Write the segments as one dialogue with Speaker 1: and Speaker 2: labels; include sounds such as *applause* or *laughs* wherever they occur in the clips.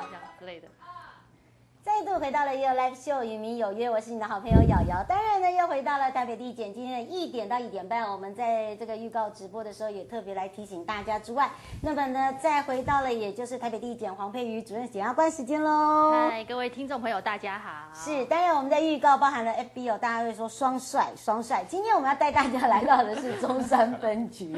Speaker 1: 这样之类的。
Speaker 2: 再度回到了 Your Life Show 与民有约，我是你的好朋友瑶瑶。当然呢，又回到了台北地检，今天的一点到一点半，我们在这个预告直播的时候也特别来提醒大家之外，那么呢，再回到了也就是台北地检黄佩瑜主任检察官时间喽。
Speaker 1: 嗨，各位听众朋友，大家好。
Speaker 2: 是，当然我们在预告包含了 FB 哦，大家会说双帅双帅。今天我们要带大家来到的是中山分局，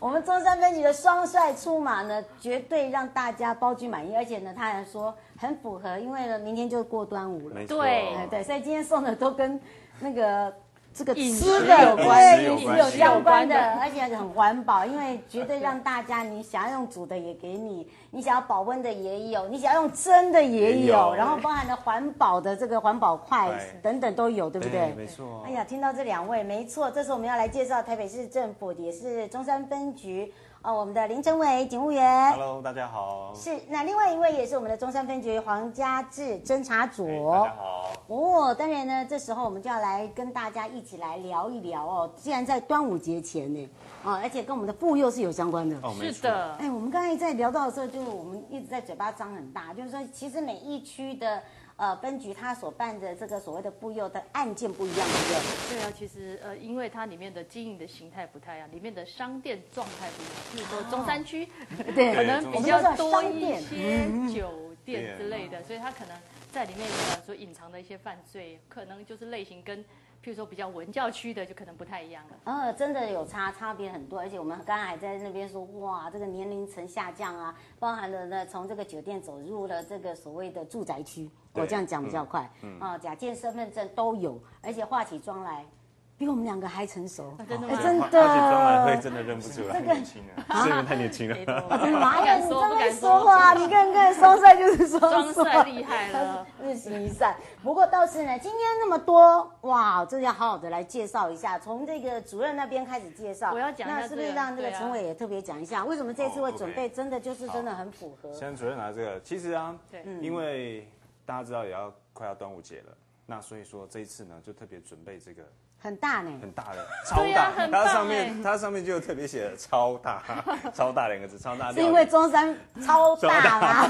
Speaker 2: 我们中山分局的双帅出马呢，绝对让大家包君满意，而且呢，他还说很符合，因为呢，明天就过端午了，
Speaker 3: 没错，
Speaker 1: 对
Speaker 2: 哎对，所以今天送的都跟那个。这个
Speaker 1: 饮
Speaker 2: 吃
Speaker 1: 食
Speaker 2: 的
Speaker 3: 有关
Speaker 2: 对
Speaker 3: 饮
Speaker 2: 饮
Speaker 3: 食
Speaker 2: 食
Speaker 3: 有
Speaker 2: 有相关
Speaker 1: 关
Speaker 2: 的
Speaker 1: 的，
Speaker 2: 而且很环保，因为绝对让大家你想要用煮的也给你，你想要保温的也有，你想要用蒸的也
Speaker 3: 也
Speaker 2: 有，
Speaker 3: 有
Speaker 2: 然后包含了环保的这个环保筷
Speaker 3: 对
Speaker 2: 等等都有，对不对？
Speaker 3: 没错。
Speaker 2: 哎呀，听到这两位，没错，这是我们要来介绍台北市政府，也是中山分局啊、我们的林成伟警务员。
Speaker 3: 哎 Hello，大家好。
Speaker 2: 是，那另外一位也是我们的中山分局黄家志侦查组。
Speaker 3: 哎大家好。
Speaker 2: 哦，当然呢，这时候我们就要来跟大家一起来聊一聊哦。既然在端午节前呢，啊、而且跟我们的妇幼是有相关的。
Speaker 3: 哦，没
Speaker 1: 是
Speaker 3: 错。
Speaker 1: 的，
Speaker 2: 哎，我们刚才在聊到的时候，就是我们一直在嘴巴张很大，就是说，其实每一区的呃分局它所办的这个所谓的妇幼的案件不一样，对不对？
Speaker 1: 对啊，其实呃，因为它里面的经营的形态不太一样，里面的商店状态不一样，譬如说中山区
Speaker 2: 哦对
Speaker 1: 可能
Speaker 3: 中
Speaker 1: 比
Speaker 3: 山
Speaker 1: 较
Speaker 2: 区
Speaker 1: 多
Speaker 2: 商
Speaker 1: 一
Speaker 2: 店
Speaker 1: 些啊酒店之类的，所以它可能在里面呃所隐藏的一些犯罪，可能就是类型跟譬如说比较文教区的就可能不太一样了。
Speaker 2: 呃，真的有差差别很多，而且我们刚刚还在那边说，哇，这个年龄层下降啊，包含了呢从这个酒店走入了这个所谓的住宅区，我、
Speaker 3: 对嗯
Speaker 2: 这样讲比较快，啊、假借身份证都有，而且化起妆来比我们两个还成熟，
Speaker 1: 啊真的
Speaker 2: 哎
Speaker 1: 吗
Speaker 2: 真
Speaker 3: 化
Speaker 2: 的
Speaker 3: 化起妆来会真的认不出来，
Speaker 2: 这个 *laughs*
Speaker 3: 是因为太年轻
Speaker 1: 哎
Speaker 3: 了。 *laughs*
Speaker 1: 不
Speaker 2: 哎妈呀，
Speaker 1: 敢
Speaker 2: 你
Speaker 1: 说
Speaker 2: 真
Speaker 1: 不
Speaker 2: 会
Speaker 1: 敢
Speaker 2: 说
Speaker 1: 说
Speaker 2: 话，你看看双帅就是
Speaker 1: 装
Speaker 2: 双
Speaker 1: 帅厉害了，
Speaker 2: 日行一善。不过倒是呢，今天那么多哇，这要好好的来介绍一下，从这个主任那边开始介绍。
Speaker 1: 我要讲一下
Speaker 2: 那是不是
Speaker 1: 这个
Speaker 2: 让这个
Speaker 1: 对啊
Speaker 2: 陈伟也特别讲一下，为什么这次会准
Speaker 3: 哦
Speaker 2: 备
Speaker 3: ，OK
Speaker 2: 真的就是真的很符合？
Speaker 3: 现在主任拿这个，其实啊，
Speaker 1: 对
Speaker 3: 因为大家知道也要快要端午节了，那所以说这一次呢，就特别准备这个
Speaker 2: 很大呢，
Speaker 3: 很大的，超
Speaker 1: 对啊
Speaker 3: 大，
Speaker 1: 很棒
Speaker 3: 它上面
Speaker 1: 哎
Speaker 3: 它上面就有特别写了超大， *laughs* 超大两个字，超大料理。
Speaker 2: 是因为中山超大啦，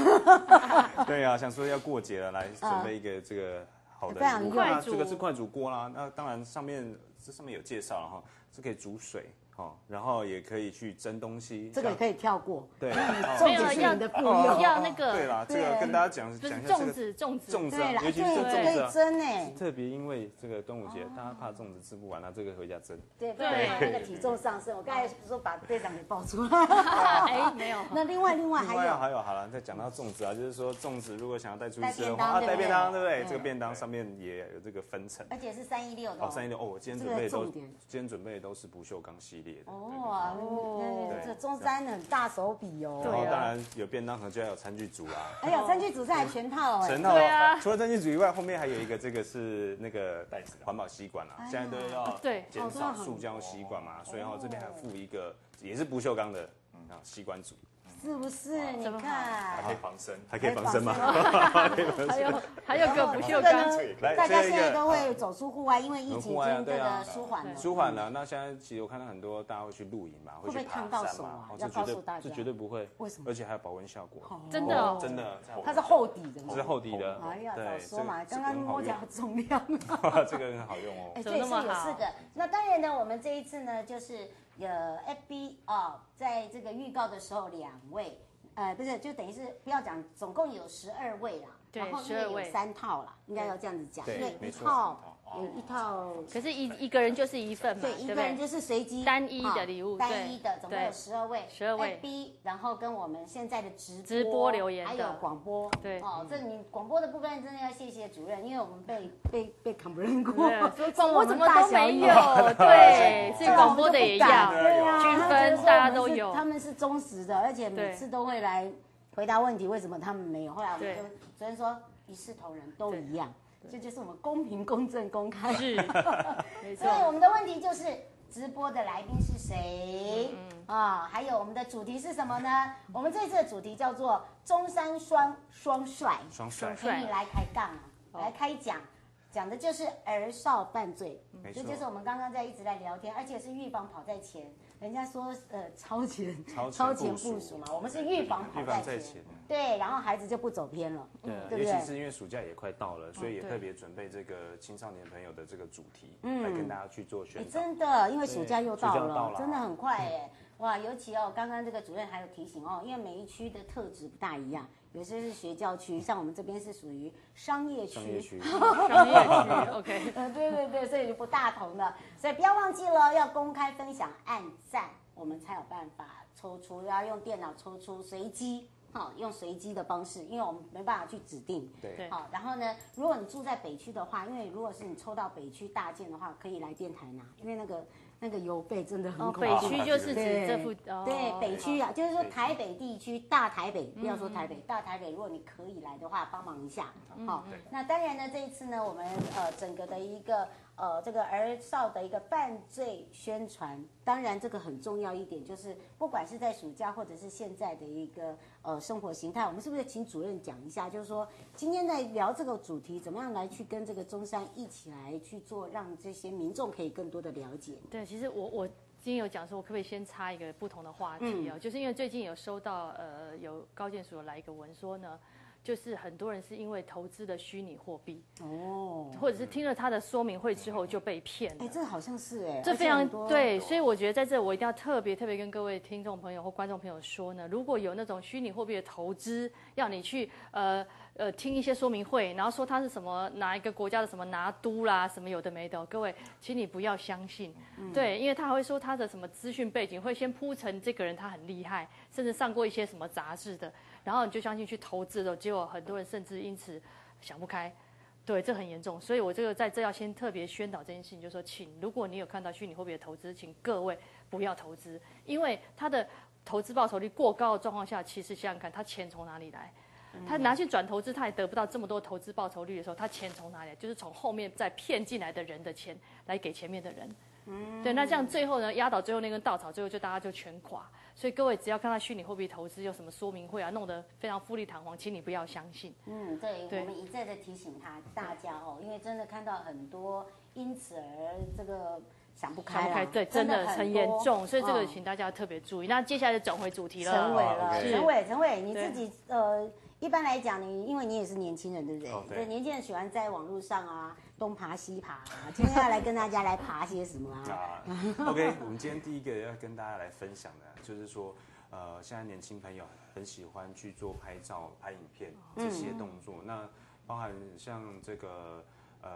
Speaker 3: *laughs* 对啊，想说要过节了，来准备一个这个好的
Speaker 2: 对啊你
Speaker 3: 礼物。
Speaker 2: 快
Speaker 3: 那
Speaker 1: 煮
Speaker 3: 这个是快煮锅啦，那当然上面这上面有介绍了哈，是可以煮水哦，然后也可以去蒸东
Speaker 2: *laughs*
Speaker 3: 西。
Speaker 2: 这个可
Speaker 3: 以。
Speaker 2: 以跳过。
Speaker 3: 对，
Speaker 2: *laughs* 重
Speaker 3: 哦
Speaker 2: 点是你的妇
Speaker 3: 哦
Speaker 2: 幼，
Speaker 1: 要那个
Speaker 3: 对啦，这
Speaker 2: 对
Speaker 3: 个跟大家讲
Speaker 1: 就是
Speaker 3: 讲一下这
Speaker 1: 粽
Speaker 3: 个
Speaker 1: 子，粽子，
Speaker 3: 粽子啊
Speaker 2: 对，啦，对，
Speaker 3: 尤其是这个
Speaker 2: 这
Speaker 3: 粽子
Speaker 2: 可以
Speaker 3: 啊。
Speaker 2: 蒸呢，
Speaker 3: 特别因为这个端午
Speaker 2: 哦
Speaker 3: 节，大家怕粽子吃不完，拿这个回家蒸。
Speaker 2: 对，不然的话
Speaker 1: 对
Speaker 2: 那个体重上升。我刚才不是说把队长给爆出来？
Speaker 1: *laughs* 哎，没有，
Speaker 2: *laughs* 那另外另外还
Speaker 3: 另外啊
Speaker 2: 有
Speaker 3: 还有，好了，再讲到粽子啊，就是说粽子如果想要带出去吃的话，
Speaker 2: 带便当
Speaker 3: 啊，
Speaker 2: 对不对
Speaker 3: 带便当，对不对？这个便当上面也有这个分层。
Speaker 2: 而且是三一六的
Speaker 3: 哦，三一六哦，我今天
Speaker 2: 这个
Speaker 3: 准备都
Speaker 2: 重点
Speaker 3: 今天准备都是不锈钢系列的。
Speaker 2: 哦，
Speaker 1: 哦
Speaker 2: 对，这中山很大手笔哦。
Speaker 3: 对对对然后
Speaker 1: 对啊
Speaker 3: 当然有便当盒，就要有餐具组啊。
Speaker 2: 哎呀，三具组织还全套
Speaker 3: *laughs*
Speaker 2: 哎，
Speaker 3: 全套
Speaker 1: 对啊
Speaker 3: 除了餐具组以外，后面还有一个这个是那个环保吸管啊，现在都要
Speaker 1: 对
Speaker 3: 减
Speaker 2: 好多
Speaker 3: 少
Speaker 2: 好
Speaker 3: 塑胶吸管嘛，所以哦这边还附一个也是不锈钢的啊吸管组，
Speaker 2: 是不是？你
Speaker 1: 这么
Speaker 2: 看，
Speaker 4: 可以防身，
Speaker 3: 还可以防身吗？ *laughs*
Speaker 1: 还有还有个不锈
Speaker 2: 然
Speaker 1: 钢
Speaker 2: 后。
Speaker 4: 对，
Speaker 3: 来
Speaker 2: 大家
Speaker 3: 这
Speaker 2: 现
Speaker 3: 一
Speaker 2: 在
Speaker 3: 个
Speaker 2: 都会走出户外，因为疫情
Speaker 3: 很户
Speaker 2: 已
Speaker 3: 外啊
Speaker 2: 经这
Speaker 3: 对
Speaker 2: 个
Speaker 3: 啊
Speaker 2: 舒缓了。
Speaker 3: 舒缓了。那现在其实我看到很多大家会去露营嘛，会
Speaker 2: 不会
Speaker 3: 去爬
Speaker 2: 烫到
Speaker 3: 山
Speaker 2: 手
Speaker 3: 嘛
Speaker 2: 啊，
Speaker 3: 哦
Speaker 2: 要
Speaker 3: 这绝
Speaker 2: 告诉
Speaker 3: 对
Speaker 2: 大家
Speaker 3: 这绝对不会，
Speaker 2: 为什么
Speaker 3: 而且还有保温效果，
Speaker 1: 真的哦
Speaker 3: 真的，
Speaker 2: 它是厚底的
Speaker 3: 这是
Speaker 2: 嘛。
Speaker 3: 厚底的。
Speaker 2: 哎呀，
Speaker 3: 对
Speaker 2: 早说嘛，
Speaker 3: 这
Speaker 2: 刚
Speaker 3: 个
Speaker 2: 刚
Speaker 3: 这个很好
Speaker 2: 摸
Speaker 3: 用
Speaker 2: 讲重量。
Speaker 3: *laughs*
Speaker 2: *laughs*
Speaker 3: 这个很好用哦
Speaker 2: 哎，。
Speaker 1: 怎
Speaker 2: 这
Speaker 1: 么那
Speaker 2: 也是
Speaker 1: 么
Speaker 2: 有四
Speaker 1: 好
Speaker 2: 个。那当然呢，我们这一次呢，就是呃，FB 哦，在这个预告的时候，两位，呃，不是，就等于是不要讲，总共有十二位啦，
Speaker 1: 对
Speaker 2: 然后因为
Speaker 1: 12
Speaker 2: 有
Speaker 1: 位
Speaker 2: 三套啦，应该要这样子讲，
Speaker 3: 对
Speaker 2: 因为一
Speaker 3: 没错
Speaker 2: 套有一套，
Speaker 1: 可是一，一个人就是一份嘛，
Speaker 2: 对，一
Speaker 1: 对不
Speaker 2: 个人
Speaker 1: 对？
Speaker 2: 就是随机
Speaker 1: 单一的礼物
Speaker 2: 啊
Speaker 1: 对
Speaker 2: 单一的，总共有
Speaker 1: 对
Speaker 2: 十二位，
Speaker 1: 12位
Speaker 2: B，然后跟我们现在的直播
Speaker 1: 直播留言的
Speaker 2: 还有广播，
Speaker 1: 对
Speaker 2: 哦，这你广播的部分真的要谢谢主任，因为我们被被被 complain 过
Speaker 1: 对，
Speaker 2: *laughs*
Speaker 1: 所以，
Speaker 2: 广
Speaker 1: 广播
Speaker 2: 播怎
Speaker 1: 怎
Speaker 2: 么
Speaker 1: 么
Speaker 2: 大
Speaker 1: 都
Speaker 2: 小
Speaker 1: 没
Speaker 2: 眼 *laughs*
Speaker 1: 有，对，所以
Speaker 2: 这
Speaker 1: 广播的也
Speaker 2: 我们就不
Speaker 1: 要
Speaker 2: 敢。对啊，
Speaker 1: 均分
Speaker 2: 他们就说
Speaker 1: 大家
Speaker 2: 我们
Speaker 1: 都
Speaker 2: 是
Speaker 1: 有
Speaker 2: 他们是忠实的，而且每
Speaker 1: 对
Speaker 2: 次都会来回答问题，为什么他们没有？后来我们
Speaker 1: 对
Speaker 2: 就昨天说一视同仁，都一样，这就是我们公平、公正、公开。 *laughs*
Speaker 1: 是，没
Speaker 2: 所以我
Speaker 1: 错，
Speaker 2: 们的问题就是直播的来宾是谁
Speaker 1: 嗯
Speaker 2: 啊、还有我们的主题是什么呢？我们这次的主题叫做中山双双帅，
Speaker 3: 双帅
Speaker 1: 双帅
Speaker 2: 请你来开杠啊，
Speaker 1: 好
Speaker 2: 来开讲。讲的就是儿少犯罪，
Speaker 3: 没
Speaker 2: 这
Speaker 3: 错
Speaker 2: 就是我们刚刚在一直在聊天，而且是预防跑在前。人家说呃超前
Speaker 3: 超前
Speaker 2: 前
Speaker 3: 部署
Speaker 2: 部署嘛，我们是预防跑
Speaker 3: 预防
Speaker 2: 在
Speaker 3: 在
Speaker 2: 前
Speaker 3: 前。
Speaker 2: 对，然后孩子就不走偏了，
Speaker 3: 对啊，
Speaker 2: 对不
Speaker 3: 尤
Speaker 2: 对哦
Speaker 3: 其？是因为暑假也快到了，所以也
Speaker 1: 对
Speaker 3: 特别准备这个青少年朋友的这个主题，
Speaker 2: 嗯
Speaker 3: 来跟大家去做
Speaker 2: 哎
Speaker 3: 宣，导。
Speaker 2: 真的，因为暑假又到
Speaker 3: 暑
Speaker 2: 了，
Speaker 3: 假到了啊
Speaker 2: 真的很快哎、哇，尤其哦，刚刚这个主任还有提醒哦，因为每一区的特质不大一样，有些是学教区，像我们这边是属于商业区。
Speaker 3: 商业区
Speaker 1: 商业区，OK，
Speaker 2: *laughs* 呃，对对对，所以就不大同了。所以不要忘记了，要公开分享、按赞，我们才有办法抽出，要用电脑抽出随机，好、用随机的方式，因为我们没办法去指定。
Speaker 3: 对
Speaker 1: 对
Speaker 2: 好，然后呢，如果你住在北区的话，因为如果是你抽到北区大件的话，可以来电台拿，因为那个那个邮费真的很
Speaker 1: 哦，
Speaker 2: 恐怖。
Speaker 1: 北区就是指这附，哦
Speaker 2: 对北区啊，就是说
Speaker 3: 北区
Speaker 2: 台北地区、大台北，不要说台
Speaker 1: 嗯
Speaker 2: 北，大台北，如果你可以来的话，帮忙一下。好
Speaker 3: 对，
Speaker 2: 那当然呢，这一次呢，我们呃整个的一个呃这个儿少的一个犯罪宣传，当然这个很重要一点，就是不管是在暑假或者是现在的一个呃生活形态，我们是不是请主任讲一下，就是说今天在聊这个主题，怎么样来去跟这个中山一起来去做，让这些民众可以更多的了解。
Speaker 1: 对，其实我我今天有讲说，我可不可以先插一个不同的话题
Speaker 2: 嗯
Speaker 1: 哦？就是因为最近有收到呃有高建署有来一个文说呢，就是很多人是因为投资的虚拟货币，
Speaker 2: 哦，
Speaker 1: 或者是听了他的说明会之后就被骗
Speaker 2: 哎，
Speaker 1: 了。
Speaker 2: 这好像是哎，
Speaker 1: 这
Speaker 2: 而且
Speaker 1: 非常
Speaker 2: 很多
Speaker 1: 对，所以我觉得在这我一定要特别特别跟各位听众朋友或观众朋友说呢，如果有那种虚拟货币的投资，要你去呃呃听一些说明会，然后说它是什么哪一个国家的什么拿督啦，什么有的没的，哦各位，请你不要相信，
Speaker 2: 嗯
Speaker 1: 对，因为他还会说他的什么资讯背景，会先铺陈这个人他很厉害，甚至上过一些什么杂志的，然后你就相信去投资了，结果很多人甚至因此想不开。对，这很严重，所以我这个在这要先特别宣导这件事情，就是说，请如果你有看到虚拟货币的投资，请各位不要投资，因为它的投资报酬率过高的状况下，其实想想看，他钱从哪里来？他拿去转投资，他也得不到这么多投资报酬率的时候，他钱从哪里来？就是从后面再骗进来的人的钱来给前面的人。对，那这样最后呢，压倒最后那根稻草，最后就大家就全垮。所以各位只要看到虚拟货币投资有什么说明会啊，弄得非常富丽堂皇，请你不要相信。
Speaker 2: 嗯，对，
Speaker 1: 对
Speaker 2: 我们一再的提醒他大家哦，因为真的看到很多因此而这个想不
Speaker 1: 想
Speaker 2: 开
Speaker 1: 不
Speaker 2: 啦
Speaker 1: 开，对，真的
Speaker 2: 很
Speaker 1: 很严
Speaker 2: 多
Speaker 1: 重，所以这个
Speaker 2: 嗯
Speaker 1: 请大家特别注意。那接下来就转回主题
Speaker 2: 陈
Speaker 1: 了，
Speaker 2: 伟
Speaker 3: 啊
Speaker 2: 了，
Speaker 3: ，OK
Speaker 2: 陈伟，陈伟，你
Speaker 1: 对
Speaker 2: 自己呃，一般来讲，你因为你也是年轻人，对不对？
Speaker 3: 哦对
Speaker 2: 年轻人喜欢在网络上啊东爬西爬啊，今天要来跟大家来爬些什么啊？
Speaker 3: *laughs* 啊，OK，我们今天第一个要跟大家来分享的，就是说，呃，现在年轻朋友很喜欢去做拍照、拍影片这些动
Speaker 2: 哦
Speaker 3: 作，那包含像这个呃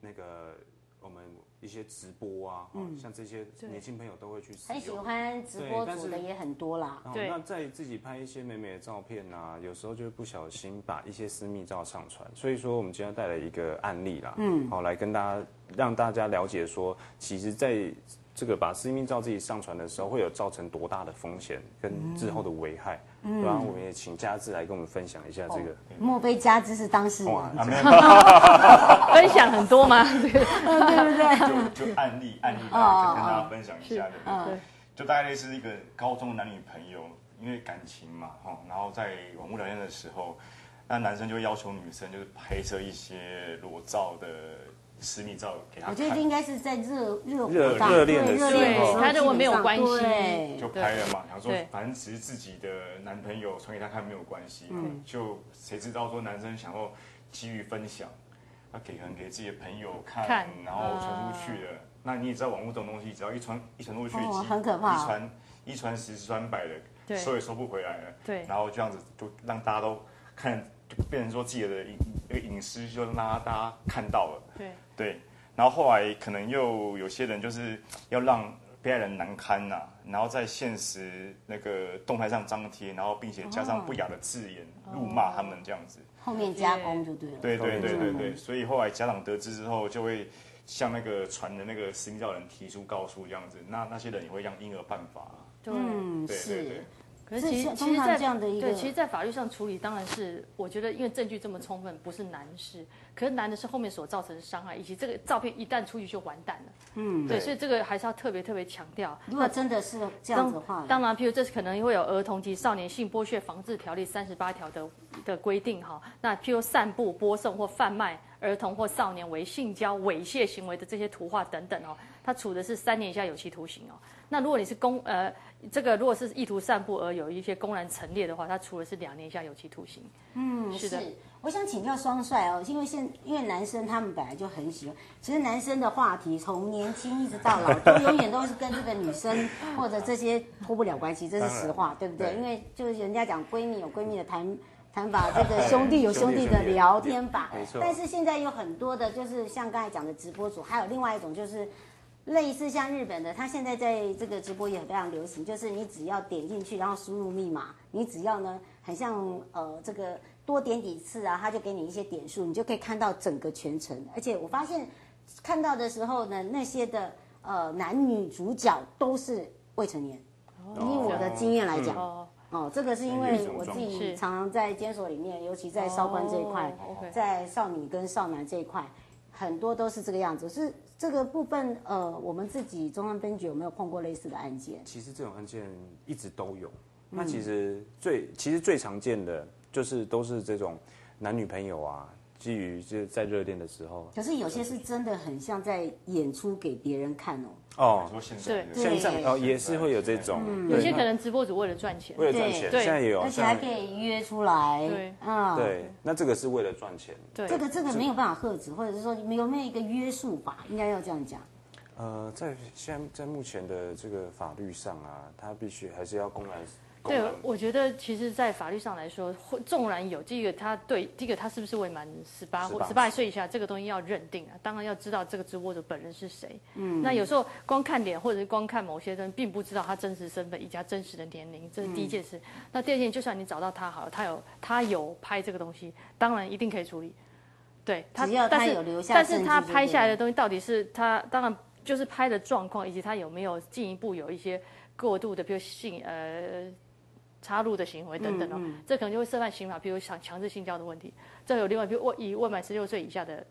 Speaker 3: 那个我们一些直播啊，哦像这些
Speaker 1: 对
Speaker 3: 年轻朋友都会去使
Speaker 2: 嗯很
Speaker 3: 用。
Speaker 2: 喜欢直播组的也很多啦，
Speaker 3: 哦，
Speaker 1: 对
Speaker 3: 那在自己拍一些美美的照片啊，有时候就会不小心把一些私密照上传，所以说我们今天带来一个案例啦，嗯，好、来跟大家让大家了解说，其实在这个把私密照自己上传的时候，会有造成多大的风险跟之后的危害，嗯，然后我们也请佳志来跟我们分享一下这个，
Speaker 2: 莫非加之是当事人？
Speaker 3: 哇，
Speaker 4: 啊，没
Speaker 2: *laughs*
Speaker 4: 有，
Speaker 1: 分享很多吗？
Speaker 2: *laughs*
Speaker 4: 就就案例案例
Speaker 2: 哦
Speaker 4: 来跟大家分享一下
Speaker 2: 嗯
Speaker 4: 的，
Speaker 1: 对，
Speaker 4: 就大概类似一个高中男女朋友，因为感情嘛，哦，然后在网络聊天的时候，那男生就要求女生就是拍摄一些裸照的私密照给他
Speaker 2: 我觉得
Speaker 4: 看，
Speaker 2: 应该是在热热
Speaker 3: 热
Speaker 2: 火大
Speaker 3: 热恋
Speaker 2: 对
Speaker 3: 的时
Speaker 2: 热
Speaker 3: 候
Speaker 2: 恋的时候，
Speaker 1: 对他认为没有关系
Speaker 2: 对
Speaker 4: 就拍了嘛，然后说
Speaker 1: 对
Speaker 4: 反正只是自己的男朋友传给他看没有关系，
Speaker 2: 嗯
Speaker 4: 就谁知道说男生想要基于分享，那给可能给自己的朋友看，
Speaker 1: 看
Speaker 4: 然后传出去了。那你也知道网络这种东西，只要一传一传出去，
Speaker 2: 哦
Speaker 4: 几
Speaker 2: 很可怕
Speaker 4: 一传一传十，十传百的，
Speaker 1: 对
Speaker 4: 收也收不回来了。
Speaker 1: 对
Speaker 4: 然后这样子就让大家都看就变成说自己的隐那个隐私就让大家看到了，
Speaker 1: 对，
Speaker 4: 对，然后后来可能又有些人就是要让被害人难堪呐、然后在现实那个动态上张贴，然后并且加上不雅的字眼、辱骂他们这样子。
Speaker 2: 后面加工就哦对了。
Speaker 4: 对
Speaker 3: 对
Speaker 4: 对对对
Speaker 3: 嗯
Speaker 4: 对，所以后来家长得知之后，就会向那个传的那个私密照人提出告诉这样子，那那些人也会让婴儿办法。啊
Speaker 1: 对。
Speaker 2: 嗯，
Speaker 4: 对对对
Speaker 2: 是。
Speaker 1: 可是
Speaker 2: 所以
Speaker 1: 其
Speaker 2: 像
Speaker 1: 实，
Speaker 2: 通
Speaker 1: 其实
Speaker 2: 常
Speaker 1: 在
Speaker 2: 这样的一个
Speaker 1: 对，其实，在法律上处理，当然是我觉得，因为证据这么充分，不是难事。可是难的是后面所造成的伤害，以及这个照片一旦出去就完蛋了。嗯，对，
Speaker 4: 对
Speaker 1: 所以这个还是要特别特别强调。
Speaker 2: 如果真的是这样子的话
Speaker 1: 当，当然，譬如这是可能会有《儿童及少年性剥削防治条例》三十八条的的规定哈。那譬如散布、播送或贩卖儿童或少年为性交、猥亵行为的这些图画等等哦，它处的是三年以下有期徒刑哦。那如果你是公呃这个如果是意图散布而有一些公然陈列的话，它处的是两年以下有期徒刑。嗯，是的，
Speaker 2: 我想请教双帅哦，因为现因为男生他们本来就很喜欢，其实男生的话题从年轻一直到老，都永远都是跟这个女生或者这些脱不了关系，这是实话，对不对？
Speaker 3: 对
Speaker 2: 因为就是人家讲闺蜜有闺蜜的谈谈法，这个兄弟有兄弟的聊天法，
Speaker 3: 没错
Speaker 2: 但是现在有很多的，就是像刚才讲的直播主，还有另外一种就是。类似像日本的，它现在在这个直播也非常流行，就是你只要点进去，然后输入密码，你只要呢，很像呃这个多点几次啊，它就给你一些点数，你就可以看到整个全程。而且我发现看到的时候呢，那些的呃男女主角都是未成年，以我的经验来讲。
Speaker 1: 哦。
Speaker 2: 哦，这个是因
Speaker 3: 是一
Speaker 2: 为
Speaker 3: 种
Speaker 2: 我
Speaker 3: 状
Speaker 2: 自
Speaker 3: 况
Speaker 2: 己
Speaker 1: 是
Speaker 2: 常常在监所里面，尤其在少管这一块
Speaker 1: 哦，OK
Speaker 2: 在少女跟少男这一块，很多都是这个样子。是这个部分，呃，我们自己中央分局有没有碰过类似的案件？
Speaker 3: 其实这种案件一直都有。那其实最、其实最常见的就是都是这种男女朋友啊，基于就是在热恋的时候
Speaker 2: 可是有些是真的很像在演出给别人看哦。
Speaker 4: 你
Speaker 3: 哦，
Speaker 4: 说现在的
Speaker 1: 对
Speaker 3: 现在哦也是会有这种，
Speaker 1: 有
Speaker 2: 嗯
Speaker 3: 对
Speaker 1: 些
Speaker 3: 那
Speaker 1: 可能直播主为了赚钱，
Speaker 3: 为了赚
Speaker 2: 对
Speaker 3: 钱，
Speaker 1: 对
Speaker 3: 现在也有，
Speaker 2: 而且还
Speaker 3: 哦像
Speaker 2: 可以约出来。
Speaker 1: 对
Speaker 2: 啊，
Speaker 3: 对，那这个是为了赚钱。
Speaker 1: 对，
Speaker 2: 这个这个没有办法遏制，或者是说你们有没有一个约束法？应该要这样讲。
Speaker 3: 呃，在现在在目前的这个法律上啊，他必须还是要公然公
Speaker 1: 对
Speaker 3: 然，
Speaker 1: 我觉得其实，在法律上来说，会纵然有第一个他对第一个他是不是未满十八或十
Speaker 3: 18
Speaker 1: 八岁以下，这个东西要认定啊，当然要知道这个直播者本人是谁。嗯，那有时候光看脸或者是光看某些人，并不知道他真实身份以及他真实的年龄，这是第一件事。那第二件，就算你找到他好了，他有他有拍这个东西，当然一定可以处理。对他，
Speaker 2: 只要他
Speaker 1: 但是
Speaker 2: 有留下
Speaker 1: 但
Speaker 2: 证
Speaker 1: 是
Speaker 2: 据
Speaker 1: 他
Speaker 2: 就
Speaker 1: 拍
Speaker 2: 对
Speaker 1: 下来
Speaker 2: 了
Speaker 1: 的东西到底是他当然就是拍的状况，以及他有没有进一步有一些过度的，比如性呃插入的行为等等哦，
Speaker 2: 嗯
Speaker 1: 这可能就会涉犯刑法，比如强强制性交的问题。这有另外，比如未以未满十六岁以下的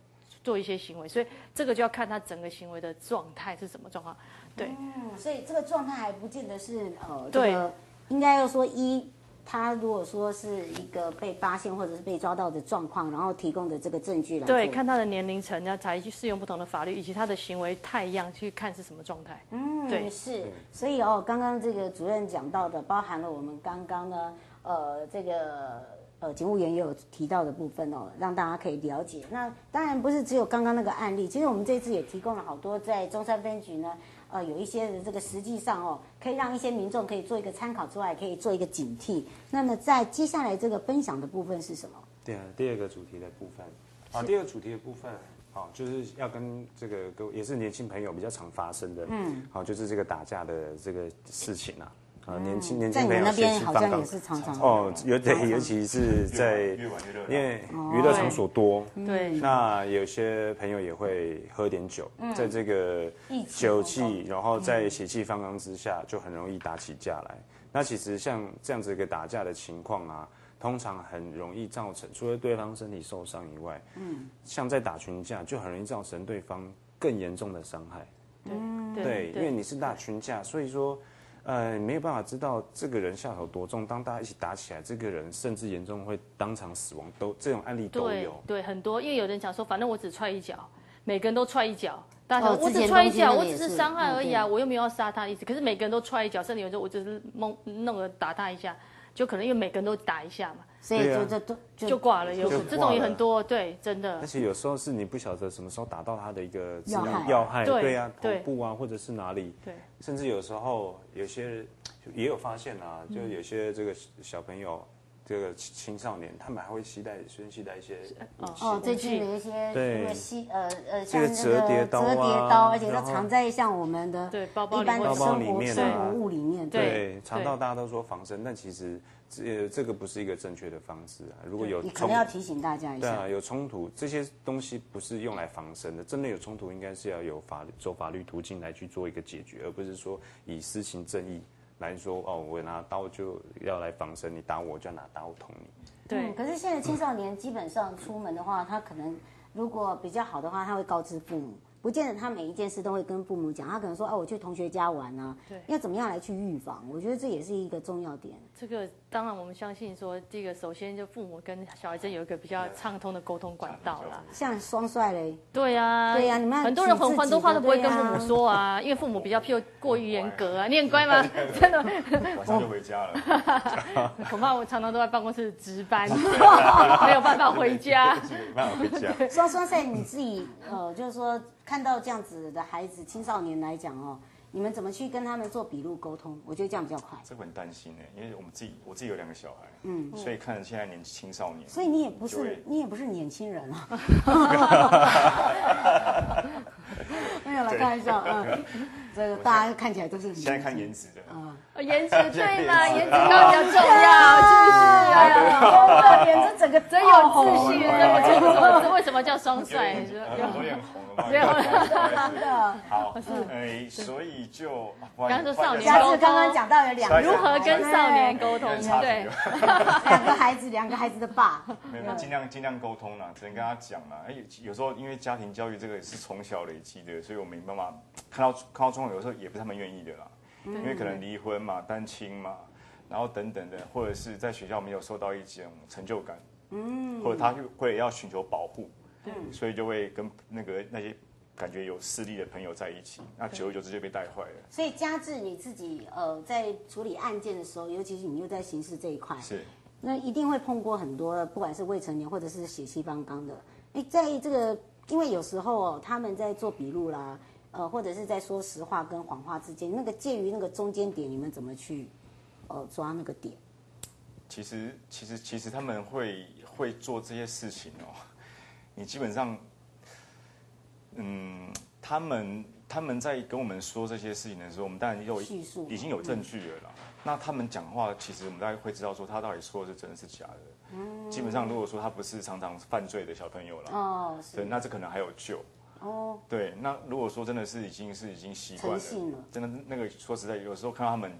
Speaker 1: 做一些行为，所以这个就要看他整个行为的状态是什么状况。对，
Speaker 2: 嗯，所以这个状态还不见得是呃，
Speaker 1: 对
Speaker 2: 这个应该要说一，他如果说是一个被发现或者是被抓到的状况，然后提供的这个证据来
Speaker 1: 对，
Speaker 2: 做
Speaker 1: 看他的年龄层，要才去适用不同的法律，以及他的行为太样去看是什么状态。嗯，对
Speaker 2: 嗯，是，所以哦，刚刚这个主任讲到的，包含了我们刚刚呢，呃，这个呃，警务员也有提到的部分哦，让大家可以了解。那当然不是只有刚刚那个案例，其实我们这次也提供了好多在中山分局呢，呃，有一些的这个实际上哦，可以让一些民众可以做一个参考之外，可以做一个警惕。那么在接下来这个分享的部分是什么？
Speaker 3: 第二啊第二个主题的部分啊，第二个主题的部分啊，就是要跟这个各位也是年轻朋友比较常发生的，嗯，好、就是这个打架的这个事情啊，啊，年轻年
Speaker 2: 嗯在
Speaker 3: 轻
Speaker 2: 你
Speaker 3: 朋
Speaker 2: 们
Speaker 3: 友
Speaker 2: 那边
Speaker 3: 血气
Speaker 2: 好
Speaker 3: 方
Speaker 2: 像
Speaker 3: 刚
Speaker 2: 也是常常哦
Speaker 3: 哦，尤对，尤其是在
Speaker 4: 越玩越热闹
Speaker 3: 因为娱乐场所多，
Speaker 2: 嗯
Speaker 1: 对，
Speaker 3: 那有些朋友也会喝点酒，在这个
Speaker 2: 意气
Speaker 3: 酒
Speaker 2: 风
Speaker 3: 气，然后在血气方刚之下，就很容易打起架来。那其实像这样子一个打架的情况啊，通常很容易造成，除了对方身体受伤以外，嗯，像在打群架，就很容易造成对方更严重的伤害。嗯对，因为你是大群架，所以说，呃，没有办法知道这个人下手多重。当大家一起打起来，这个人甚至严重会当场死亡，都这种案例都
Speaker 1: 对
Speaker 3: 有。
Speaker 1: 对，很多，因为有人讲说，反正我只踹一脚，每个人都踹一脚。大家说
Speaker 2: 哦
Speaker 1: 我
Speaker 2: 之前
Speaker 1: 只踹一
Speaker 2: 东京那
Speaker 1: 脚，
Speaker 2: 个
Speaker 1: 我
Speaker 2: 也
Speaker 1: 只是
Speaker 2: 是
Speaker 1: 伤害而已啊，
Speaker 2: 嗯
Speaker 1: 我又没有要杀他的意思。可是每个人都踹一脚，甚至有人说我只是弄弄个打他一下，就可能因为每个人都打一下嘛，
Speaker 2: 所以
Speaker 3: 对啊
Speaker 2: 就这都就
Speaker 1: 就挂了。有
Speaker 3: 就挂了
Speaker 1: 这种也很多，对，真的
Speaker 3: 而。且有时候是你不晓得什么时候打到他的一个致
Speaker 2: 要
Speaker 3: 命
Speaker 2: 害
Speaker 3: 要害，
Speaker 1: 对
Speaker 3: 对啊，头
Speaker 1: 对
Speaker 3: 部啊，或者是哪里，
Speaker 1: 对，
Speaker 3: 甚
Speaker 2: 嗯
Speaker 3: 至有时候有些也有发现啊，就有些这个小朋友这个青青少年，他们还会携带随身携带一些武器。
Speaker 2: 哦，最近有一些
Speaker 3: 对
Speaker 2: 这个西呃呃，
Speaker 3: 这
Speaker 2: 像那
Speaker 3: 个
Speaker 2: 个
Speaker 3: 折叠刀
Speaker 2: 折
Speaker 3: 啊
Speaker 2: 叠刀，而且它
Speaker 3: 然后
Speaker 2: 藏在像我们的
Speaker 1: 对包包
Speaker 2: 一
Speaker 1: 里
Speaker 2: 般
Speaker 1: 面
Speaker 2: 的
Speaker 3: 包包
Speaker 2: 生
Speaker 3: 里
Speaker 2: 活
Speaker 3: 面
Speaker 2: 生
Speaker 3: 啊
Speaker 2: 活物里面，
Speaker 1: 对
Speaker 3: 肠道大家都说防身，但其实这这个不是一个正确的方式啊。如果有
Speaker 2: 你可
Speaker 3: 冲
Speaker 2: 能要提醒大家一
Speaker 3: 对
Speaker 2: 下
Speaker 3: 啊，。有冲突这些东西不是用来防身的，真的有冲突应该是要有法律走法律途径来去做一个解决，而不是说以私刑正义来说哦，我拿刀就要来防身，你打我就要拿刀捅你。
Speaker 1: 对
Speaker 2: 嗯，可是现在青少年基本上出门的话，他可能如果比较好的话，他会告知父母，不见得他每一件事都会跟父母讲。他可能说：“哦，我去同学家玩啊。”
Speaker 1: 对
Speaker 2: 要怎么样来去预防？我觉得这也是一个重要点。
Speaker 1: 这个当然我们相信说，第一个首先就父母跟小孩之间有一个比较畅通的沟通管道啦。
Speaker 2: 像双帅嘞，
Speaker 1: 对呀，
Speaker 2: 对啊呀你们要
Speaker 1: 很多人
Speaker 2: 举自
Speaker 1: 很
Speaker 2: 己
Speaker 1: 很多话
Speaker 2: 的
Speaker 1: 都不会
Speaker 2: 对
Speaker 1: 跟
Speaker 2: 呀
Speaker 1: 父母说啊，因为父母比较偏过于严格啊。你很乖吗？真的，
Speaker 4: 晚上就回家了。
Speaker 1: *laughs* 恐怕我常常都在办公室值
Speaker 4: *laughs*
Speaker 1: 班，没有办法回家。
Speaker 4: 没办法回家。
Speaker 2: 双双帅你自己呃，就是说看到这样子的孩子青少年来讲哦，你们怎么去跟他们做笔录沟通？我觉得这样比较快。
Speaker 4: 这个很担心呢，欸因为我们自己，我自己有两个小孩，嗯，所以看现在年青少年，
Speaker 2: 所以你也不
Speaker 4: 就是会，
Speaker 2: 你也不是年轻人
Speaker 4: *laughs*
Speaker 2: 啊。没有了，开玩笑，嗯，这个大家看起来都是
Speaker 4: 现在看颜值的，
Speaker 2: 啊
Speaker 1: 呃 *laughs* 颜值对
Speaker 4: *laughs*
Speaker 1: 啦，颜值
Speaker 4: 颜值
Speaker 1: 当然比较重要，是
Speaker 4: 啊
Speaker 2: 哎
Speaker 1: 哎呀。
Speaker 2: 呀，真的，这整个
Speaker 1: 真有
Speaker 4: 哦
Speaker 1: 秩 *laughs* 序，真的真的，这为什么叫双帅？你说
Speaker 4: 有有点红了吧？
Speaker 1: 有 *laughs*
Speaker 4: *laughs* 点红
Speaker 2: 的。
Speaker 4: 好，哎，所以就啊
Speaker 1: 刚刚说
Speaker 4: 哦
Speaker 1: 少年
Speaker 2: 嘉志刚刚讲到有两个哎
Speaker 1: 如何跟少年沟通
Speaker 4: 有点？差别
Speaker 1: 对，
Speaker 2: 两个孩子，两个孩子的爸，
Speaker 4: 没有没有，尽量尽量沟通啦，只能跟他讲啦。哎，有时候因为家庭教育这个也是从小累积的，所以我没办法看到看到状况，有时候也不是他们愿意的啦，因为可能离婚嘛、单亲嘛，然后等等的，或者是在学校没有受到一种成就感，嗯，或者他会要寻求保护，嗯，所以就会跟那个那些感觉有势力的朋友在一起，那久而久之就被带坏了。
Speaker 2: 所以嘉志你自己呃在处理案件的时候，尤其是你又在刑事这一块，
Speaker 4: 是，
Speaker 2: 那一定会碰过很多，不管是未成年或者是血气方刚的。哎，在这个，因为有时候哦，他们在做笔录啦，呃，或者是在说实话跟谎话之间，那个介于那个中间点，你们怎么去呃抓那个点？
Speaker 4: 其实其实其实他们会会做这些事情哦， *laughs* 你基本上，嗯，他们他们在跟我们说这些事情的时候，我们当然有
Speaker 2: 叙述嗯
Speaker 4: 已经有证据了啦。那他们讲话，其实我们大概会知道说他到底说的是真的是假的。
Speaker 2: 嗯
Speaker 4: 基本上如果说他不是常常犯罪的小朋友了，
Speaker 2: 哦，
Speaker 4: 对，
Speaker 2: 是
Speaker 4: 那这可能还有救。
Speaker 2: 哦，
Speaker 4: 对，那如果说真的是已经是已经习惯了，
Speaker 2: 成性了
Speaker 4: 真的那个说实在，有时候看到他们，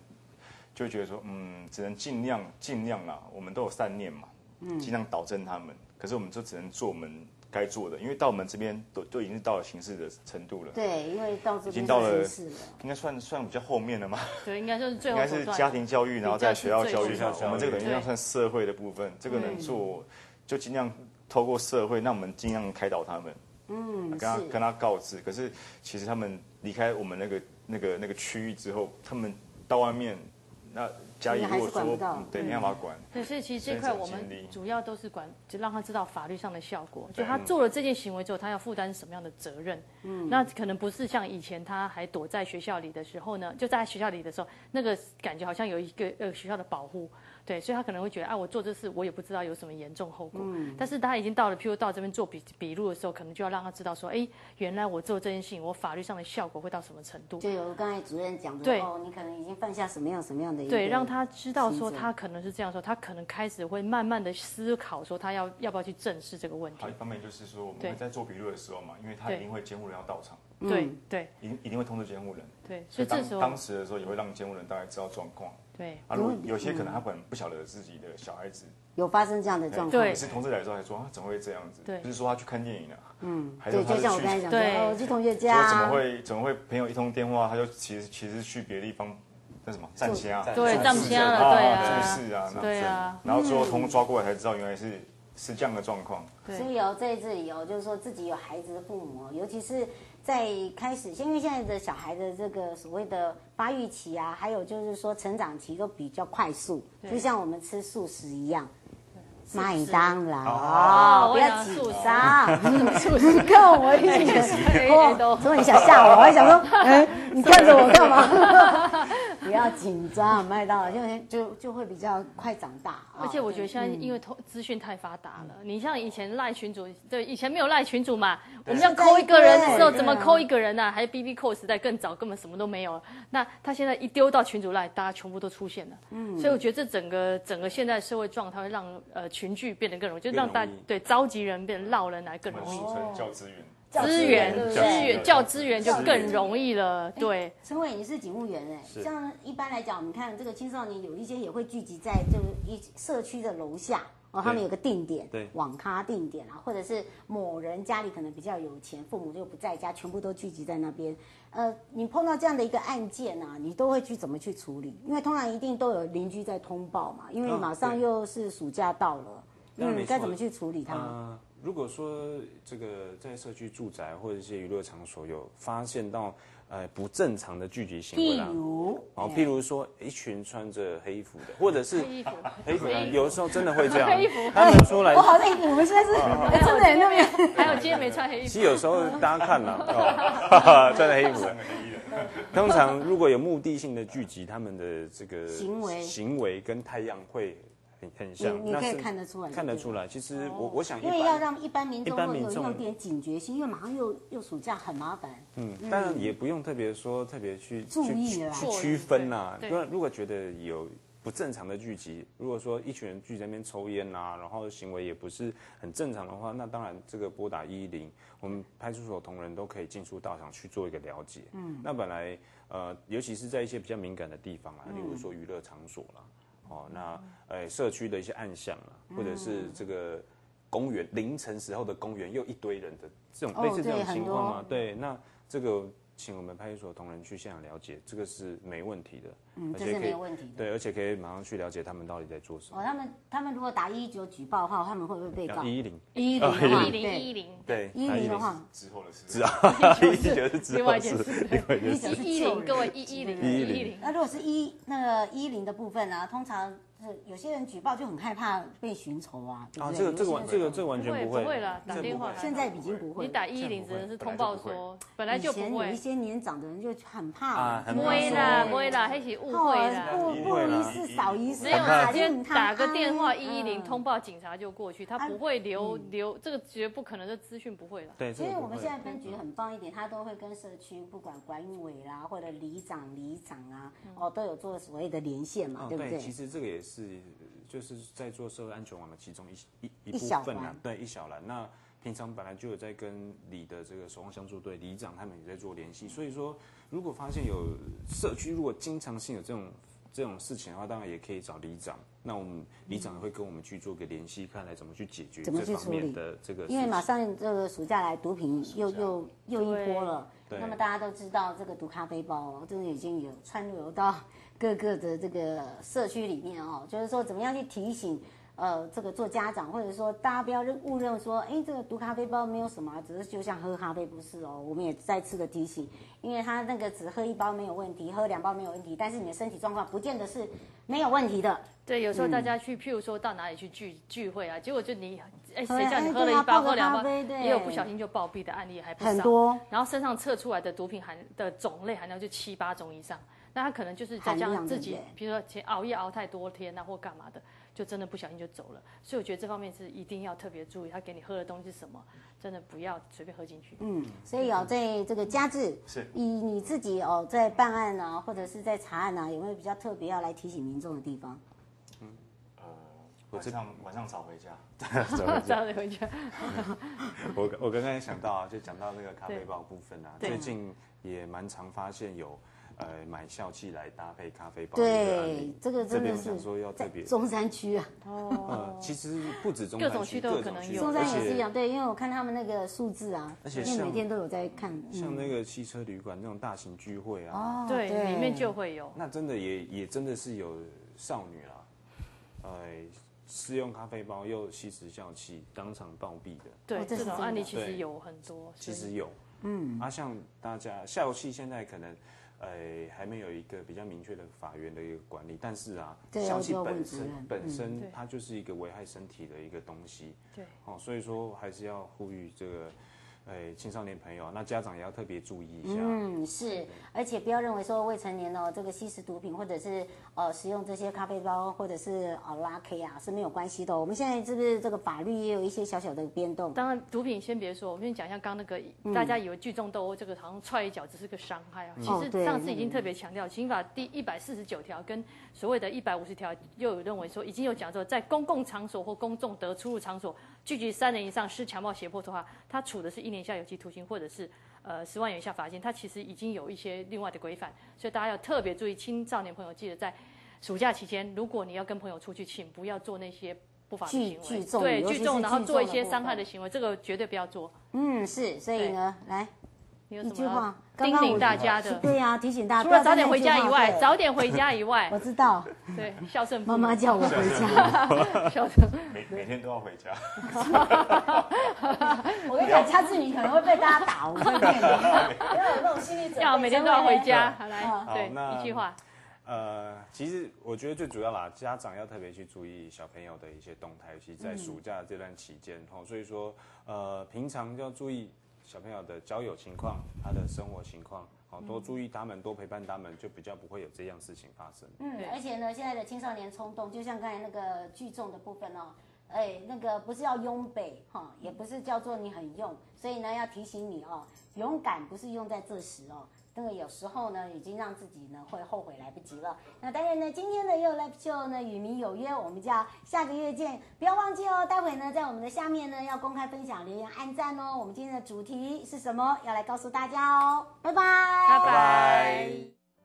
Speaker 4: 就会觉得说，嗯，只能尽量尽量啦，我们都有善念嘛，嗯，尽量导正他们。可是我们就只能做我们该做的，因为到我们这边都都已经是到了刑事的程度了，
Speaker 2: 对，因为到这
Speaker 4: 已
Speaker 2: 边
Speaker 4: 经到
Speaker 2: 是
Speaker 4: 了
Speaker 2: 刑事了，
Speaker 4: 应该算算比较后面了嘛，
Speaker 1: 对，应该就是最
Speaker 4: *laughs* 应
Speaker 1: 后
Speaker 4: 该
Speaker 1: 手
Speaker 4: 是
Speaker 1: 段
Speaker 4: 家庭教育，然后在学校教育
Speaker 1: 比
Speaker 3: 较
Speaker 4: 嘛
Speaker 3: 是，最
Speaker 4: 我们这个等于
Speaker 1: 对
Speaker 4: 像算社会的部分，这个能做就尽量透过社会，那我们尽量开导他们。
Speaker 2: 嗯，
Speaker 4: 跟他
Speaker 2: 是
Speaker 4: 跟他告知，可是其实他们离开我们那个那个那个区域之后，他们到外面，那家里
Speaker 2: 你还
Speaker 4: 如
Speaker 2: 是
Speaker 4: 果
Speaker 2: 管不
Speaker 4: 说
Speaker 2: 到
Speaker 4: 嗯对没办法管，
Speaker 1: 对，所以其实这
Speaker 4: 生
Speaker 1: 块
Speaker 4: 产
Speaker 1: 我
Speaker 4: 经
Speaker 1: 们
Speaker 4: 历
Speaker 1: 主要都是管，就让他知道法律上的效果，就
Speaker 4: 对
Speaker 1: 他做了这件行为之后，他要负担什么样的责任。嗯，那可能不是像以前他还躲在学校里的时候呢，就在学校里的时候，那个感觉好像有一个呃学校的保护，对，所以他可能会觉得啊，我做这事我也不知道有什么严重后果。嗯，但是他已经到了，譬如到这边做笔笔录的时候，可能就要让他知道说，哎，原来我做这件事情，我法律上的效果会到什么程度。
Speaker 2: 就有刚才主任讲的
Speaker 1: 对
Speaker 2: 哦，你可能已经犯下什么样什么样的一个
Speaker 1: 对，让他知道说
Speaker 2: 行政
Speaker 1: 他可能是这样说，他可能开始会慢慢的思考说他要要不要去正视这个问题
Speaker 4: 好，一。方面就是说我们
Speaker 1: 对
Speaker 4: 会在做笔录的时候嘛，因为他
Speaker 1: 对
Speaker 4: 一定会监护人要到场，
Speaker 1: 对对
Speaker 4: 一定一定会通知监护人，
Speaker 1: 对，所
Speaker 4: 所
Speaker 1: 以
Speaker 4: 以当
Speaker 1: 这时候
Speaker 4: 当时的时候也会让监护人大概知道状况。
Speaker 1: 对
Speaker 4: 啊，如果有些可能他可能不晓得自己的小孩子，哎
Speaker 2: 有发生这样的状况。
Speaker 1: 对
Speaker 4: 也是同事来之后还说啊，怎么会这样子？
Speaker 1: 对
Speaker 4: 不是说他去看电影啊，嗯，还
Speaker 2: 对，
Speaker 4: 是他
Speaker 2: 就是像我
Speaker 4: 去
Speaker 2: 刚才讲的，
Speaker 1: 对
Speaker 2: 哦我去同学
Speaker 4: 说
Speaker 2: 家，
Speaker 4: 怎么会怎么会朋友一通电话，他就其实其实去别的地方那什么站虾，
Speaker 1: 对站虾了
Speaker 4: 啊
Speaker 1: 对啊
Speaker 4: 出事啊，
Speaker 1: 对啊，
Speaker 4: 然后最后通通抓过来才知道原来是是这样的状况，
Speaker 1: 对
Speaker 2: 所以哦，在这里哦，就是说自己有孩子的父母哦，尤其是在开始，因为现在的小孩的这个所谓的发育期啊，还有就是说成长期都比较快速，就像我们吃素食一样。麦当劳，
Speaker 1: 哦
Speaker 2: 不
Speaker 1: 我
Speaker 2: 要
Speaker 1: 想
Speaker 2: 紧
Speaker 1: 素食
Speaker 2: 张，你看我一眼，
Speaker 1: 哎哎都
Speaker 2: 哦，怎么你想吓我？我还想说，哎，你看着我干嘛？不要紧张，麦当劳就就就会比较快长大。啊
Speaker 1: 而且我觉得现在因为通资讯太发达了，你像以前赖群主，对，以前没有赖群主嘛，我们要扣一个人的时候，
Speaker 2: 对啊
Speaker 1: 怎么扣一个人呢、啊还有 B B 扣时代更早，根本什么都没有。那他现在一丢到群主赖，大家全部都出现了。嗯，所以我觉得这整个整个现在社会状态会让呃群聚变得更容易，就让大
Speaker 3: 更容易
Speaker 1: 对召集人变绕人来更
Speaker 4: 我
Speaker 1: 容
Speaker 4: 们
Speaker 1: 易。
Speaker 4: 俗称叫资源，
Speaker 2: 教
Speaker 1: 哦资源
Speaker 2: 对不
Speaker 1: 资
Speaker 2: 对
Speaker 1: 源叫资源就
Speaker 4: 资源
Speaker 1: 更容易了，对。
Speaker 2: 陈伟，你是警务员哎、
Speaker 3: 是
Speaker 2: 像一般来讲，我们看这个青少年有一些也会聚集在这个一社区的楼下哦，他们有个定点，
Speaker 3: 对
Speaker 2: 网咖定点啊，或者是某人家里可能比较有钱，父母就不在家，全部都聚集在那边。呃，你碰到这样的一个案件啊，你都会去怎么去处理？因为通常一定都有邻居在通报嘛，因为
Speaker 3: 嗯
Speaker 2: 马上
Speaker 3: 对
Speaker 2: 又是暑假到了，
Speaker 3: 那没
Speaker 2: 嗯，
Speaker 3: 错
Speaker 2: 该怎么去处理他们？
Speaker 3: 呃，如果说这个在社区住宅或者一些娱乐场所有发现到呃不正常的聚集行为
Speaker 2: 譬
Speaker 3: 啦，
Speaker 2: 如，哎
Speaker 3: 哦，譬如说一群穿着黑衣服的，或者是
Speaker 1: 啊 *laughs* 黑衣服
Speaker 3: 黑衣服
Speaker 1: 黑
Speaker 3: 啊
Speaker 1: 衣，服
Speaker 3: 有时候真的会这样
Speaker 1: *laughs* 黑衣服，
Speaker 3: 他们出来
Speaker 2: 我。好累，我们现在是、
Speaker 3: 哦
Speaker 2: 哎真的哎那边。
Speaker 1: 还有 *laughs* 今天没穿黑衣
Speaker 3: 其
Speaker 1: 服，
Speaker 3: 实有时候大家
Speaker 2: *laughs*
Speaker 3: 看啦，哦 *laughs* 哈哈穿着黑衣服，
Speaker 4: 三个黑衣人。
Speaker 3: 通常如果有目的性的聚集，他们的这个
Speaker 2: 行为
Speaker 3: 行为跟太阳会很很像。
Speaker 2: 你你可以
Speaker 3: 是
Speaker 2: 看得出来就
Speaker 3: 看得
Speaker 2: 对
Speaker 3: 出来。其实我我想一
Speaker 2: 因为要
Speaker 3: 般，
Speaker 2: 让一般民众
Speaker 3: 一般
Speaker 2: 或者
Speaker 3: 民众
Speaker 2: 有点警觉性，因为马上又又暑假，很麻烦。
Speaker 3: 嗯，当然也不用特别说特别去
Speaker 2: 注
Speaker 3: 去
Speaker 2: 意
Speaker 3: 去
Speaker 2: 啦
Speaker 3: 去区分呐。
Speaker 1: 对
Speaker 3: 不然如果觉得有不正常的聚集，如果说一群人聚集在那边抽烟呐、然后行为也不是很正常的话，那当然这个拨打一一零，我们派出所同仁都可以进出到场去做一个了解。嗯，那本来呃，尤其是在一些比较敏感的地方啊，
Speaker 2: 嗯
Speaker 3: 例如说娱乐场所啦，哦，那呃社区的一些暗巷啦，
Speaker 2: 嗯
Speaker 3: 或者是这个公园凌晨时候的公园又一堆人的这种
Speaker 2: 哦
Speaker 3: 类似这
Speaker 2: 对
Speaker 3: 种
Speaker 2: 很
Speaker 3: 情况啊
Speaker 2: 多，
Speaker 3: 对，那这个请我们派出所同仁去现场了解，这个是没问题的，嗯
Speaker 2: 这是没有问题的
Speaker 3: 对，而且可以马上去了解他们到底在做什
Speaker 2: 哦，
Speaker 3: 么。
Speaker 2: 他们他们如果打一一九举报的话，他们会不会被告？
Speaker 3: 一一零，
Speaker 2: 一一
Speaker 1: 一零一
Speaker 2: 一
Speaker 1: 零。
Speaker 3: 对，
Speaker 2: 零的话，
Speaker 4: 之后的事，
Speaker 3: *laughs*
Speaker 4: *laughs* 是啊，
Speaker 3: 一一九是知
Speaker 1: 另外哦
Speaker 3: 道
Speaker 1: 一件
Speaker 3: 是
Speaker 1: 事
Speaker 3: 另外一件
Speaker 2: 一
Speaker 3: 事，
Speaker 2: 九是
Speaker 1: 一一
Speaker 2: 救
Speaker 1: 零，
Speaker 2: 人
Speaker 1: 各位一一零，
Speaker 3: 110
Speaker 1: 一零，
Speaker 2: 那如果是一那个一零的部分呢、通常是有些人举报就很害怕被寻仇啊，对不
Speaker 3: *laughs* 啊，
Speaker 2: 对？
Speaker 3: 这个这个
Speaker 2: 有
Speaker 3: 完
Speaker 2: 些
Speaker 3: 这
Speaker 2: 人
Speaker 3: 个这个完全
Speaker 1: 不
Speaker 3: 不
Speaker 1: 会
Speaker 3: 会，
Speaker 1: 不会啦打
Speaker 3: 这
Speaker 1: 电话
Speaker 3: 不会
Speaker 1: 来
Speaker 2: 现在已经不会
Speaker 1: 你
Speaker 2: 了。
Speaker 1: 打一一零只能是通报说，本来
Speaker 2: 以
Speaker 1: 就不
Speaker 2: 前有
Speaker 1: 会
Speaker 2: 一，些年长的人就很怕
Speaker 3: 啊很
Speaker 1: 不
Speaker 3: 怕
Speaker 1: 会
Speaker 3: 说
Speaker 1: 啦，不会啦，还是误会啦。
Speaker 2: 哦不
Speaker 3: 一定
Speaker 2: 不
Speaker 3: 会
Speaker 2: 一
Speaker 3: 啦
Speaker 2: 事少一事，
Speaker 1: 只有
Speaker 2: 打
Speaker 1: 直接
Speaker 2: 进他嗯
Speaker 1: 打个电话
Speaker 2: 哎
Speaker 1: 一一零
Speaker 2: 嗯
Speaker 1: 通报警察就过去，他不会留留这个绝不可能，这资讯不会啦。
Speaker 3: 对，这
Speaker 2: 所以
Speaker 3: 个
Speaker 2: 我
Speaker 3: 不
Speaker 2: 们
Speaker 3: 会
Speaker 2: 现在分局很棒一点，他都会跟社区不管管委啦，或者里长、里长啊，哦，都有做所谓的连线嘛，
Speaker 3: 嗯哦，
Speaker 2: 对不对？
Speaker 3: 其实这个也是，呃就是在做社会安全网的其中一一一
Speaker 2: 一
Speaker 3: 部
Speaker 2: 小
Speaker 3: 分啊
Speaker 2: 环，
Speaker 3: 对，一小栏。那平常本来就有在跟里的这个守望相助队里长他们也在做联系，所以说如果发现有社区如果经常性有这种这种事情的话，当然也可以找里长。那我们里长也会跟我们去做个联系，看来怎么去解决
Speaker 2: 怎么
Speaker 3: 这
Speaker 2: 去
Speaker 3: 方
Speaker 2: 处理
Speaker 3: 面的这个事情。
Speaker 2: 因为马上这个暑假来，毒品又又又一波了。
Speaker 3: 对
Speaker 2: 那么大家都知道，这个毒咖啡包真的已经有串流到各个的这个社区里面哦。就是说，怎么样去提醒呃这个做家长，或者说大家不要认误认为说，呃哎，这个毒咖啡包没有什么啊，只是就像喝咖啡不是哦。我们也再次的提醒，因为他那个只喝一包没有问题，喝两包没有问题，但是你的身体状况不见得是没有问题的。
Speaker 1: 对，有时
Speaker 2: 嗯
Speaker 1: 候大家去，譬如说到哪里去聚聚会啊，结果就你，哎，
Speaker 2: 哎
Speaker 1: 谁叫你
Speaker 2: 哎
Speaker 1: 喝了
Speaker 2: 对啊
Speaker 1: 一
Speaker 2: 泡
Speaker 1: 包、
Speaker 2: 个
Speaker 1: 喝两
Speaker 2: 咖
Speaker 1: 包，
Speaker 2: 啡对
Speaker 1: 也有不小心就暴毙的案例，还不少。
Speaker 2: 很多
Speaker 1: 然后身上测出来的毒品含的种类含量就七八种以上，那他可能就是再加
Speaker 2: 含量
Speaker 1: 上
Speaker 2: 对
Speaker 1: 自
Speaker 2: 不
Speaker 1: 己
Speaker 2: 对，
Speaker 1: 比如说前熬夜熬太多天啊，或干嘛的，就真的不小心就走了。所以我觉得这方面是一定要特别注意，他给你喝的东西是什么，真的不要随便喝进去。
Speaker 2: 嗯，所以哦，在这个家治
Speaker 4: 是
Speaker 2: 以你自己哦，在办案啊，或者是在查案啊，有没有比较特别要来提醒民众的地方？
Speaker 4: 呃，晚上晚上早回家，
Speaker 1: 这样子回去，
Speaker 2: 哦
Speaker 3: 我我刚刚也想到啊，就讲到那个咖啡
Speaker 1: 对
Speaker 3: 包部分啊，
Speaker 1: 对
Speaker 3: 最近也蛮常发现有，呃，买笑气来搭配咖啡包的案
Speaker 2: 对
Speaker 3: 例，
Speaker 2: 这个真
Speaker 3: 这
Speaker 2: 的
Speaker 3: 边我
Speaker 2: 是
Speaker 3: 想说要特
Speaker 2: 在
Speaker 3: 别，
Speaker 2: 中山区啊，
Speaker 3: 呃，其实不止中
Speaker 1: 各
Speaker 3: 山
Speaker 1: 种区
Speaker 3: 区，
Speaker 1: 都有
Speaker 3: 各
Speaker 1: 可
Speaker 3: 种
Speaker 1: 能
Speaker 3: 区
Speaker 1: 有
Speaker 2: 中山也
Speaker 3: 而且
Speaker 2: 是一样，对，因为我看他们那个数字啊，
Speaker 3: 而且
Speaker 2: 因为
Speaker 3: 像
Speaker 2: 每天都有在看，
Speaker 3: 像
Speaker 2: 嗯，
Speaker 3: 那个汽车旅馆那种大型聚会
Speaker 2: 哦
Speaker 3: 啊，
Speaker 1: 对，里面就会有。
Speaker 3: 那真的也也真的是有少女啦，呃，试用咖啡包又吸食笑气，当场暴毙的，
Speaker 1: 对，
Speaker 2: 哦这
Speaker 1: 这
Speaker 2: 是
Speaker 1: 种
Speaker 2: 真
Speaker 1: 案
Speaker 2: 的
Speaker 1: 例其实
Speaker 3: 对
Speaker 1: 有很多。
Speaker 3: 其
Speaker 1: 所以
Speaker 3: 实有，嗯，啊，像大家校系现在可能，呃，还没有一个比较明确的法源的一个管理，但是啊，
Speaker 2: 对
Speaker 3: 校系
Speaker 2: 我就要问嗯
Speaker 3: 本
Speaker 2: 主
Speaker 3: 身
Speaker 2: 任
Speaker 3: 本
Speaker 1: 对
Speaker 3: 身它就是一个危害身体的一个东西，
Speaker 1: 对。
Speaker 3: 哦，所以说还是要呼吁这个，诶青少年朋友，啊那家长也要特别注意一下。
Speaker 2: 嗯，是，而且不要认为说未成年哦，这个吸食毒品或者是呃使用这些咖啡包或者是呃拉 K 啊是没有关系的哦、我们现在是不是这个法律也有一些小小的变动？
Speaker 1: 当然，毒品先别说，我跟你讲一下刚刚那个，
Speaker 2: 嗯
Speaker 1: 大家以为聚众斗殴这个好像踹一脚只是个伤害啊，其
Speaker 2: 哦对
Speaker 1: 实上次已经特别强调，刑法第一百四十九条跟所谓的一百五十条又有认为说，已经有讲说，在公共场所或公众得出入场所聚集三人以上施强暴、胁迫的话，他处的是一年以下有期徒刑或者是呃十万元以下罚金，它其实已经有一些另外的规范，所以大家要特别注意，青少年朋友记得在暑假期间，如果你要跟朋友出去，请不要做那些。不法的
Speaker 2: 聚
Speaker 1: 行为，
Speaker 2: 聚众
Speaker 1: 对
Speaker 2: 尤其
Speaker 1: 聚
Speaker 2: 是
Speaker 1: 众，然后
Speaker 2: 聚众
Speaker 1: 做一
Speaker 2: 的
Speaker 1: 些
Speaker 2: 部
Speaker 1: 伤害
Speaker 2: 分
Speaker 1: 的行为，这个绝对不要做。
Speaker 2: 嗯，是，所以呢，来
Speaker 1: 你有
Speaker 2: 一
Speaker 1: 什
Speaker 2: 句
Speaker 1: 么
Speaker 2: 话，刚
Speaker 1: 叮
Speaker 2: 刚我
Speaker 1: 咛大家的？
Speaker 2: 对呀、提醒大家，
Speaker 1: 除
Speaker 2: 不要
Speaker 1: 了早点
Speaker 2: 再
Speaker 1: 回
Speaker 2: 那
Speaker 1: 家
Speaker 2: 句话
Speaker 1: 以外，
Speaker 2: 对
Speaker 1: 早点回家以外
Speaker 2: 我，知道
Speaker 1: 对，孝顺父母
Speaker 2: 妈妈叫我回家。
Speaker 1: 孝顺。
Speaker 4: 每每天都要回家。
Speaker 2: 我跟你讲，下次你可能会被大家打，我跟你讲，
Speaker 1: *laughs*
Speaker 2: 不要有那种心理准 *laughs* 备。
Speaker 1: 要每天都要回家，好
Speaker 2: 好
Speaker 1: 来，
Speaker 3: 那
Speaker 1: 对，一句话，
Speaker 3: 呃，其实我觉得最主要啦，家长要特别去注意小朋友的一些动态，尤其在暑假这段期间吼、所以说，呃，平常要注意小朋友的交友情况，他的生活情况，好、多注意他们，多陪伴他们，就比较不会有这样事情发生。
Speaker 2: 嗯，而且呢，现在的青少年冲动，就像刚才那个聚众的部分哦，哎，那个不是要拥北哈，也不是叫做你很用，所以呢，要提醒你哦，勇敢不是用在这时哦。那个有时候呢，已经让自己呢会后悔来不及了。那当然呢，今天的又 Live Show 呢与民有约，我们就要下个月见，不要忘记哦。待会呢，在我们的下面呢要公开分享、留言、按赞哦。我们今天的主题是什么？要来告诉大家哦。拜拜，
Speaker 1: 拜拜。